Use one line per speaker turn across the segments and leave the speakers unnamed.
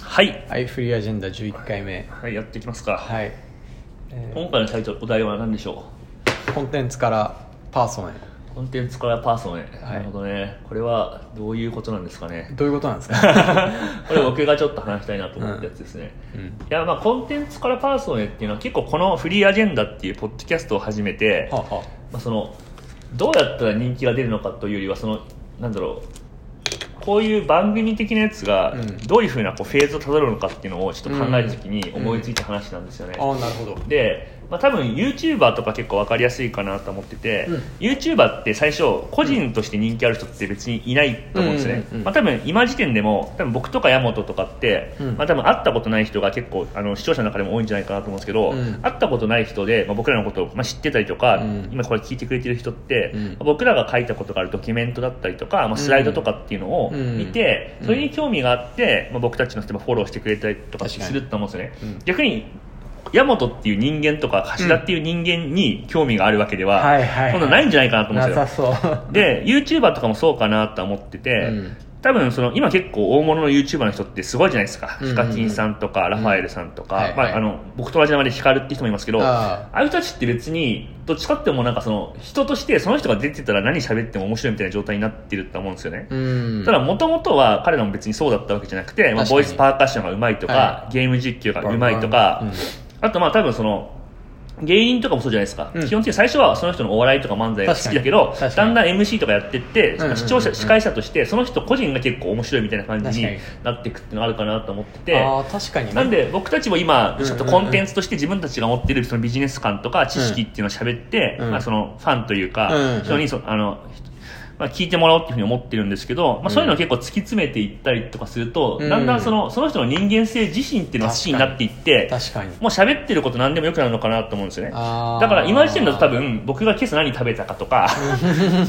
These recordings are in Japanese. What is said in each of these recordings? はい、
アイフリーアジェンダ11回目
はい、やっていきますか、
はい、え
今回のタイトルお題は何でしょ
ーコンテンツからパーソンへ
うコンテンツからパーソンへ、
はい
なるほどねこれはどういうことなんですか ね
どういうことなん ですか
これ僕がちょっと話したいなと思ったやつですね、
うん
いやまあコンテンツからパーソンへっていうのは結構このフリーアジェンダっていうポッドキャストを始めて、
はあは
まあ、そのどうやったら人気が出るのかというよりはそのなんだろうこういう番組的なやつが
うん
どういうふうなこうフェーズをたどるのかっていうのをちょっと考えるときに
うん
思いついた話なんですよね、
ああなるほど
で、まあ、多分 YouTuber とか結構分かりやすいかなと思ってて、
うん
YouTuber って最初個人として人気ある人って別にいないと思うんですよね、
うんうんうん
まあ、多分今時点でも多分僕とか山本とかって、
うん
まあ、多分会ったことない人が結構あの視聴者の中でも多いんじゃないかなと思うんですけど、
うん
会ったことない人で、まあ、僕らのことを、まあ、知ってたりとか、
うん
今これ聞いてくれてる人って、
うん
僕らが書いたことがあるドキュメントだったりとか、まあ、スライドとかっていうのを見て、
うん
それに興味があって、まあ、僕たちの人もフォローしてくれたりとか
確かに
すると思うんですよね、
うん
逆にヤマトっていう人間とか頭っていう人間に興味があるわけでは、
はいはいはい
そんなないんじゃないかなと思うん
な
ですよ
さそう
で YouTuber とかもそうかなと思ってて、
うん
多分その今結構大物の YouTuber の人ってすごいじゃないですか、
うんうんうん
ヒカキンさんとかラファエルさんとか、
はいはい
まあ、あの僕と同じ名前でヒカルって人もいますけど
あ
ああいう人たちって別にどっちかってもなんかその人としてその人が出てたら何喋っても面白いみたいな状態になってると思うんですよね、
うん
ただもともとは彼らも別にそうだったわけじゃなくて、まあ、
確かに
ボイスパーカッションがうまいとか、
は
ゲーム実況がうまいとか、
うん
あとまあ多分その芸人とかもそうじゃないですか、
うん
基本的に最初はその人のお笑いとか漫才が好きだけど
確かに確か
だん
に
だん MC とかやってって、
うんうんうん
視聴者司会者としてその人個人が結構面白いみたいな感じに
確か
なっていくっていうのがあるかなと思ってて。
ああ確かにね
なんで僕たちも今
うん
ちょっとコンテンツとして自分たちが持っているそのビジネス感とか知識っていうのを喋って、
うん
まあ、そのファンという
うんう
か
ん
人にそあの、まあ、聞いてもらおうっていうふうに思ってるんですけど、まあ、そういうのを結構突き詰めていったりとかすると、
うん
だんだんそのその人の人間性自身っていうのが好きになっていって
確かに
もう喋ってること何でもよくなるのかなと思うんですよね。
あー
だから今時点だと多分僕が今朝何食べたかと か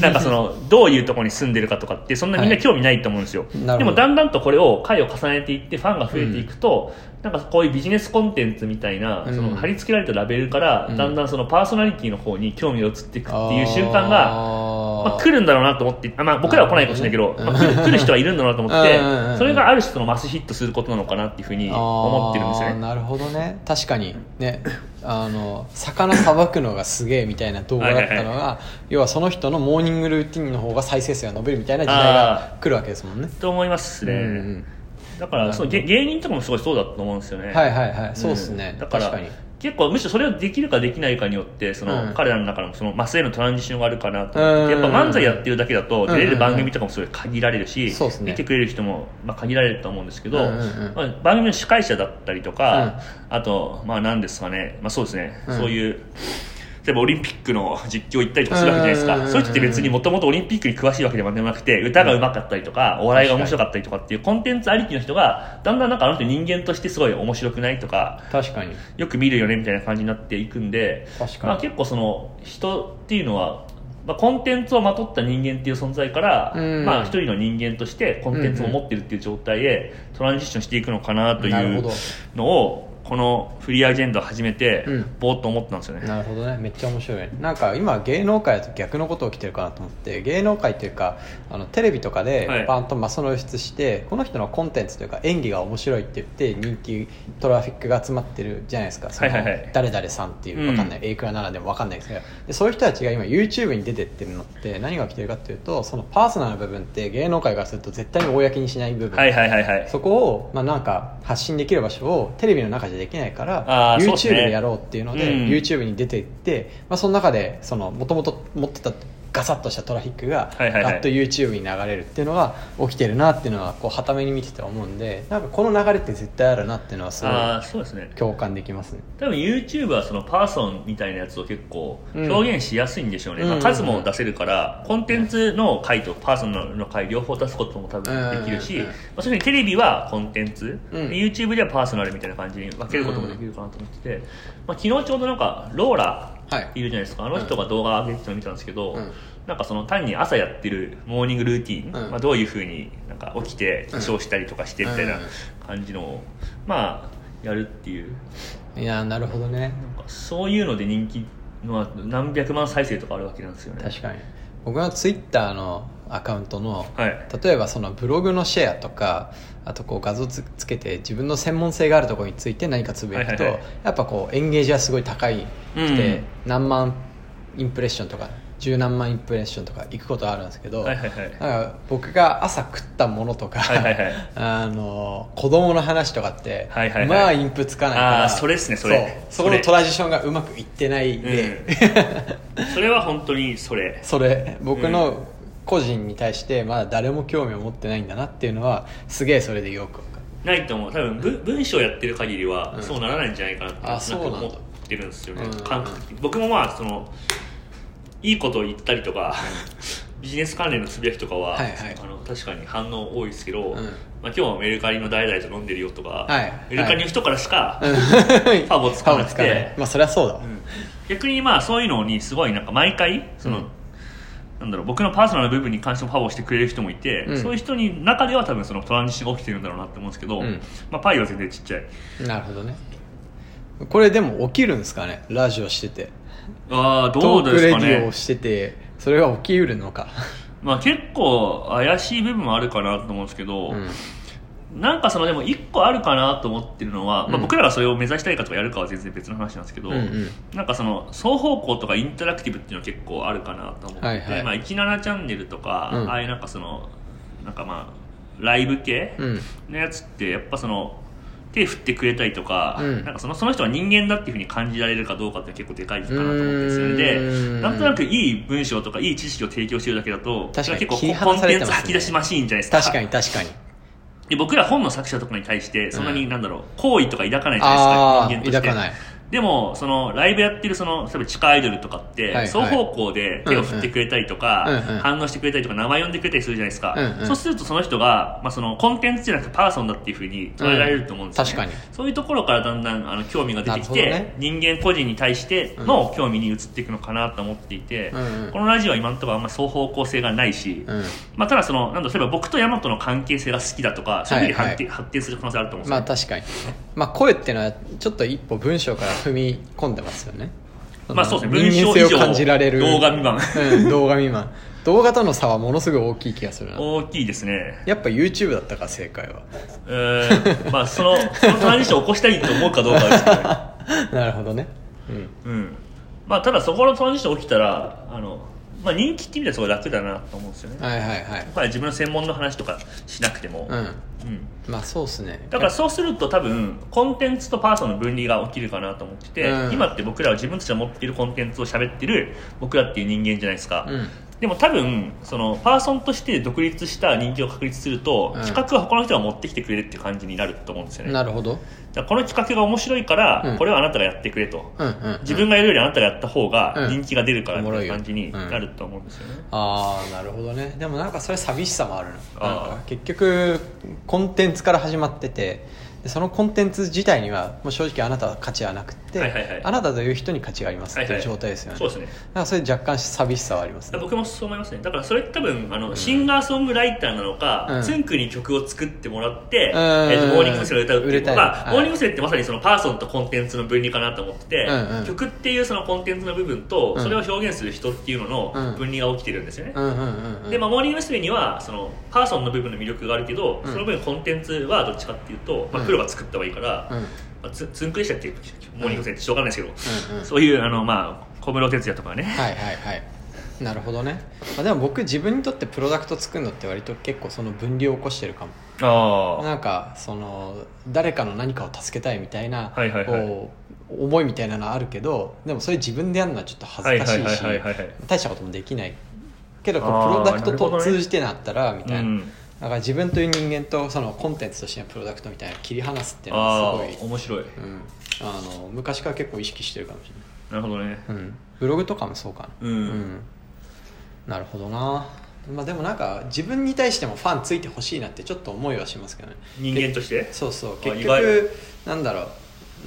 なんかそのどういうところに住んでるかとかってそんなみんな興味ないと思うんですよ、
いなる
で
ほ
も
ど
だんだんとこれを回を重ねていってファンが増えていくと、なんかこういうビジネスコンテンツみたいな、
うん
その貼り付けられたラベルから、
うん
だんだんそのパーソナリティの方に興味が移っていくっていう瞬間が
あー
まあ、来るんだろうなと思って、あまあ、僕らは来ないかもしれないけど、
うん
まあ来る来る人はいるんだろうなと思っ
うんうんうんう
て
ん
それがある人のマスヒットすることなのかなっていうふうに思ってるんですよ
あー
ね
なるほどね確かにねあの魚さばくのがすげえみたいな動画だったのが
はい
要はその人のモーニングルーティンの方が再生数が伸びるみたいな時代が来るわけですもんね
と思います
うん
ね、
うん
だからその芸芸人とかもすごいそうだと思うんですよね、
はいはいはいそうですね、
うんだから
確かに
結構むしろそれをできるかできないかによってその、
うん
彼らの中のそのマスへのトランジションがあるかなと
うん
思っ
うん
て
う
や
ん
っぱ漫才やってるだけだと
うんうんう
出
ん
れる番組とかもすごい限られるし、
そうっすね
見てくれる人も、まあ、限られると思うんですけど、
うんうんうん
まあ、番組の司会者だったりとか、あとまあ何ですかね、まあ、そうですね、
うん
そういう。例えばオリンピックの実況行ったりとかするわけじゃないですか、
うんうんうんうん
そういう人って別にもともとオリンピックに詳しいわけでもなくて歌が上手かったりとか、お笑いが面白かったりとかっていうコンテンツありきの人がだんだんなんかあの人人間としてすごい面白くないとか
確かに
よく見るよねみたいな感じになっていくんで、
確かに
まあ、結構その人っていうのは、まあ、コンテンツをまとった人間っていう存在から、
うん
まあ、一人の人間としてコンテンツを持ってるっていう状態へトランジッションしていくのかなとい
なるほ
う
ど
のをこのフリーアジェンダを始めて、
うん
ぼーっと思ったんですよね。
なるほどねめっちゃ面白いなんか今芸能界だと逆のこと起きてるかなと思って芸能界っていうかあのテレビとか
はい
でバンとマス露出して、この人のコンテンツというか演技が面白いって言って人気トラフィックが集まってるじゃないですかその
はいはいはい
誰々さんっていうわかんない、A クラならでもわかんないですけどでそういう人たちが今 YouTube に出てってるのって何が起きてるかっていうとそのパーソナルな部分って芸能界からすると絶対に公にしない部分
はいはいはいはい
そこを、まあ、なんか発信できる場所をテレビの中じゃできないか
あ
ら
ーそうっす
YouTube
ね
でやろうっていうので、
うん
YouTube に出ていって、まあ、その中でもともと持ってたガサッとしたトラフィックが
はいはいはい
ガッと YouTube に流れるっていうのが起きてるなっていうのはこうはために見てて思うんでなんかこの流れって絶対あるなっていうのはすごい
あーそうですね
共感できますね。
多分 YouTube はそのパーソンみたいなやつを結構
うん
表現しやすいんでしょうね、
うん
まあ、数も出せるからコンテンツの回とパーソンの回両方出すことも多分できるし、
うん
まあ、そういうふうにテレビはコンテンツ、
うん
YouTube ではパーソナルみたいな感じに分けることもできるかなと思ってて、まあ、昨日ちょうどなんかローラ
はい
いるじゃないですかあの人が動画上げてたの見たんですけど、
うん
なんかその単に朝やってるモーニングルーティン、
うん
まあ、どういうふうになんか起きて化粧したりとかしてみたいな
うん
感じのをまあやるっていう
いやーなるほどね
そういうので人気のは何百万再生とかあるわけなんですよね
確かに僕はツイッターのアカウントの
はい
例えばそのブログのシェアとかあとこう画像つつけて自分の専門性があるところについて何かつぶやくと、
はいはいは
やっぱこうエンゲージはすごい高いくて、何万インプレッションとか十何万インプレッションとか行くことあるんですけど、
はいはいはい
だから僕が朝食ったものとか、
はいはいはい
あの子供の話とかって、
はいはいはい
まあインプつかないから
あーそれっすねそれ
うそこの
それ
トラジションがうまくいってないで、
それは本当にそれ
それ僕
う
の個人に対してまだ誰も興味を持ってないんだなっていうのはすげえそれでよくわかる
ないと思う多分文文章やってる限りは
うん
そうならないんじゃないかなって
あそうなんだ
か思ってるんですよね
うん
感覚的に僕もまあそのいいことを言ったりとかビジネス関連のつぶやきとかは、
はいはい
あの確かに反応多いですけど、
うん
まあ、今日はメルカリの代々と飲んでるよとか、
はい
メルカリの人からしか、
フ
ァボつかなくて
まあそりゃそうだわ、
うん逆にまあそういうのにすごいなんか毎回その、
うん
なんだろう僕のパーソナルな部分に関してもファボしてくれる人もいて、
うん
そういう人に中では多分そのトランジションが起きてるんだろうなって思うんですけど、
うん
まあ、パイは全然ちっちゃい
なるほどねこれでも起きるんですかねラジオしてて
ああど
ト
う
ー
で
ク
す
レデ
か
ィオ
ね
を、しててそれが起きうるのか、
まあ、結構怪しい部分はあるかなと思うんですけど、
うん
なんかそのでも一個あるかなと思ってるのは、ま
う
あ、
ん
僕らがそれを目指したいかとかやるかは全然別の話なんですけど、
うんうん
なんかその双方向とかインタラクティブっていうのは結構あるかなと思って、
はいはい
まあ、17チャンネルとか、
うん
ああいうなんかそのなんかまあライブ系
うん
のやつってやっぱその手振ってくれたりとか,、
うん
なんかそのその人が人間だっていうふうに感じられるかどうかって結構でかいかなと思ってるんですよね
うー
で
ん
なんとなくいい文章とかいい知識を提供してるだけだと
確かに
結構
切り
コ
離
ン
さ
テ
れ
ンツ
てますね
吐き出しマシーンじゃないですか
確かに確かに
で僕ら本の作者とかに対してそんなになんだろう好意とか抱かないじゃ
ああ
ないですか人間として
抱かない
でもそのライブやってるその例えば地下アイドルとかって、
はいはい
双方向で手を振ってくれたりとか、
うんうん
反応してくれたりとか名前呼んでくれたりするじゃないですか、
うんうん
そうするとその人が、まあ、そのコンテンツじゃなくてパーソンだっていうふうに捉えられると思うんですよ、ね
うん確かに
そういうところからだんだんあの興味が出てきて、
なるほどね
人間個人に対しての興味に移っていくのかなと思っていて、
うんうん
このラジオは今のところあんま双方向性がないし、
うん
まあ、ただそのなんだ例えば僕とヤマトの関係性が好きだとかそういうふうに
はいはい
発展,、発展する可能性あると思うんです
ま
よ
あ
ね、
確かに、まあ、声っていうのはちょっと一歩文章から踏み込んでますよね
まあそうですね
人間
文章以
性
上
を感じられる
動画未満
うん、動画未満動画との差はものすごい大きい気がするな
大きいですね
やっぱ YouTube だったか正解 は
えーまあそのそのトランジションを起こしたいと思うかどうかはですけどね、
なるほどね、うん、
うんまあ、ただそこのトランジション起きたらあの、まあ、人気って意味ではすごい楽だなと思うんですよね、
はいはいはい
まあ、自分の専門の話とかしなくても、
うん
うん
まあそうっすね
だからそうすると多分コンテンツとパーソンの分離が起きるかなと思ってて、
うん
今って僕らは自分たちが持っているコンテンツを喋ってる僕らっていう人間じゃないですか、
うん
でも多分そのパーソンとして独立した人気を確立すると、
うん
企画は他の人が持ってきてくれるっていう感じになると思うんですよね
なるほど
だからこの企画が面白いから、
うん
これはあなたがやってくれと、
うんうん、うん
自分がやるよりあなたがやった方が
うん
人気が出るからって
おもろ
い
いうよ
感じになると思うんですよね、
ああなるほどねでもなんかそれ寂しさもあるな
あー
なんか結局コンテンツから始まっててでそのコンテンツ自体にはもう正直あなたは価値はなくって、
はいはいはい
あなたという人に価値があります
は
っ
い
て
はいいう
状態ですよね、
そうですね
なんかそれ若干寂しさはありますね
僕もそう思いますねだからそれって多分あの、シンガーソングライターなのか、
うん
つんくに曲を作ってもらって、
うん
えーとモーニング娘。が歌うってい
売れ
う
た
の
い
が、
はい
モーニング娘。ってまさにそのパーソンとコンテンツの分離かなと思ってて、
うんうん
曲っていうそのコンテンツの部分と、
うん
それを表現する人っていうのの分離が起きてるんですよね、
うんうんうんうん
でまあ、モーニング娘。にはそのパーソンの部分の魅力があるけど、その分コンテンツはどっちかっていうと、まあ、
うん
プロが作った方がいいから、
うん
まあ、つつんくりしたっていうモーニング娘。ってしょうがないですけど、
うんうん
そういうあの、まあ、小室哲哉とかね、
はいはいはいなるほどね、まあ、でも僕自分にとってプロダクト作るのって割と結構その分離を起こしてるかも
ああ
なんかその誰かの何かを助けたいみたいな、
はいはいはい
こう思いみたいなのはあるけどでもそれ自分でやるのはちょっと恥ずかしいし
はいはいはいはいはい
大したこともできないけどこ
あー
うプロダクト
なるほ
と
どね
通じてなったらみたいな、
うん
だから自分という人間とそのコンテンツとしてのプロダクトみたいなのを切り離すっていうの
あ
は
あ
すごい、
面白い
うん、あの昔から結構意識してるかもし
なるほどね
れない、うん、ブログとかもそうかな
うん、
うん、なるほどな、まあ、でもなんか自分に対してもファンついてほしいなってちょっと思いはしますけどね
人間として
そうそう
あ
結
意外
局なんだろう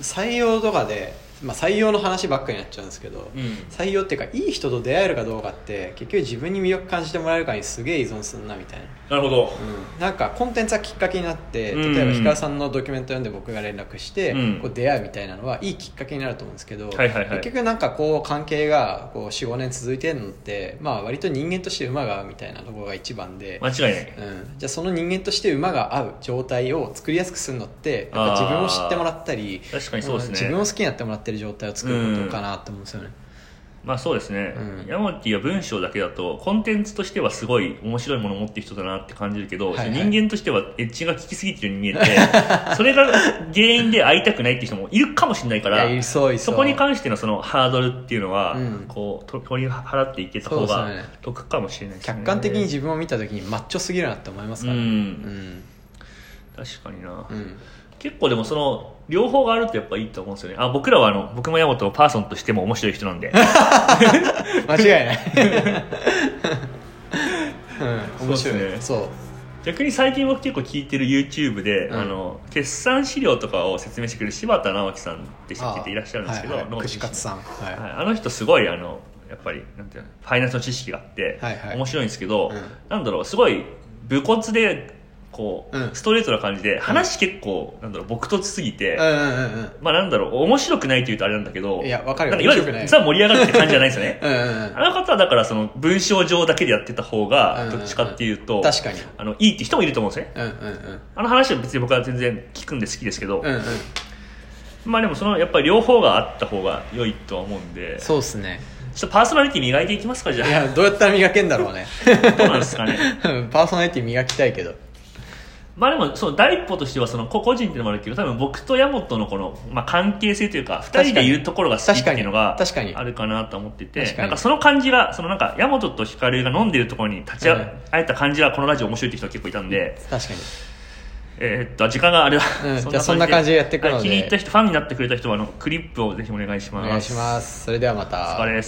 採用とかでまあ、採用の話ばっかになっちゃうんですけど、
うん
採用っていうかいい人と出会えるかどうかって結局自分に魅力感じてもらえるかにすげえ依存するなみたいな、
なるほど
うん、なんかコンテンツがきっかけになって
うん
例えばひかるさんのドキュメント読んで僕が連絡して、
うん
こう出会うみたいなのはいいきっかけになると思うんですけど、
はいはいはい
結局なんかこう関係がこう45年続いてるのって、まあ、割と人間として馬が合うみたいなところが一番で、
間違いない
うん、じゃあその人間として馬が合う状態を作りやすくするのってやっぱ自分を知ってもらったり
確かにそうですね
ん自分を好きになってもらってる状態を作ることかなと思うんですよね、
まあそうですね、
うん
ヤモティは文章だけだとコンテンツとしてはすごい面白いものを持ってる人だなって感じるけど、
はいはい
人間としてはエッジが効きすぎてるように 見えてそれが原因で会いたくないっていう人もいるかもしれないから
いやいそういそ
そ
う
こに関してのそのハードルっていうのは、
うん
こうと取り払っていけた方
そう
が
ですね
得かもしれないですね
客観的に自分を見た時にマッチョすぎるなって思いますから
う
ね
ん確かにな、
うんうん
結構でもその両方があるとやっぱいいと思うんですよねあ僕らはあの僕もヤモトをパーソンとしても面白い人 なんで
間違いないうん面
そう
白い
ですね
そう
逆に最近僕結構聞いてる YouTube で、
うん
あの決算資料とかを説明してくれる柴田直樹さんって人っていらっしゃるんですけど、
はいはい、
脳
串
筋
カツさん、はい
はい、あの人すごいあのやっぱりなんていうのファイナンスの知識があって、
はいはい
面白いんですけど、
うん
なんだろうすごい武骨でこう、
うん
ストレートな感じで話結構、なんだろう朴突すぎて、
うんうんうんうん
まあなんだろう面白くないというとあれなんだけど
いやわかるよ
なんいわゆ
面白くな
る
い
さ盛り上がるって感じじゃないですよね
うんうん
あの方はだからその文章上だけでやってた方
う
が
ん
どっちかっていうと、
うん確かに
あのいいって人もいると思うんですね
うんうんうん
あの話は別に僕は全然聞くんで好きですけど、
うんうん
まあでもそのやっぱり両方があった方が良いとは思うんでちょ
そうっすね
っとパーソナリティ磨いていきますかじゃ
いやどうやったら磨けんだろうね
あどうなんですかね
うんパーソナリティ磨きたいけど
まあでもその第一歩としてはその個個人っていうのもあるけど多分僕とヤモトのこの、まあ、関係性というか二
かに
人でいるところが好きっていうのが
確かに確かに
あるかなと思ってて
確か
な
に
んかその感じがそのなんかヤモトとヒカルが飲んでるところに立ち
うん
会えた感じがこのラジオ面白いって人が結構いたんで、
確かに
えーっと時間があれだ、
うんじゃあそんな感じでやっていくので
はい気に入った人ファンになってくれた人はあのクリップをぜひお願いし
お
ます
願いしますそれではまた
お疲れです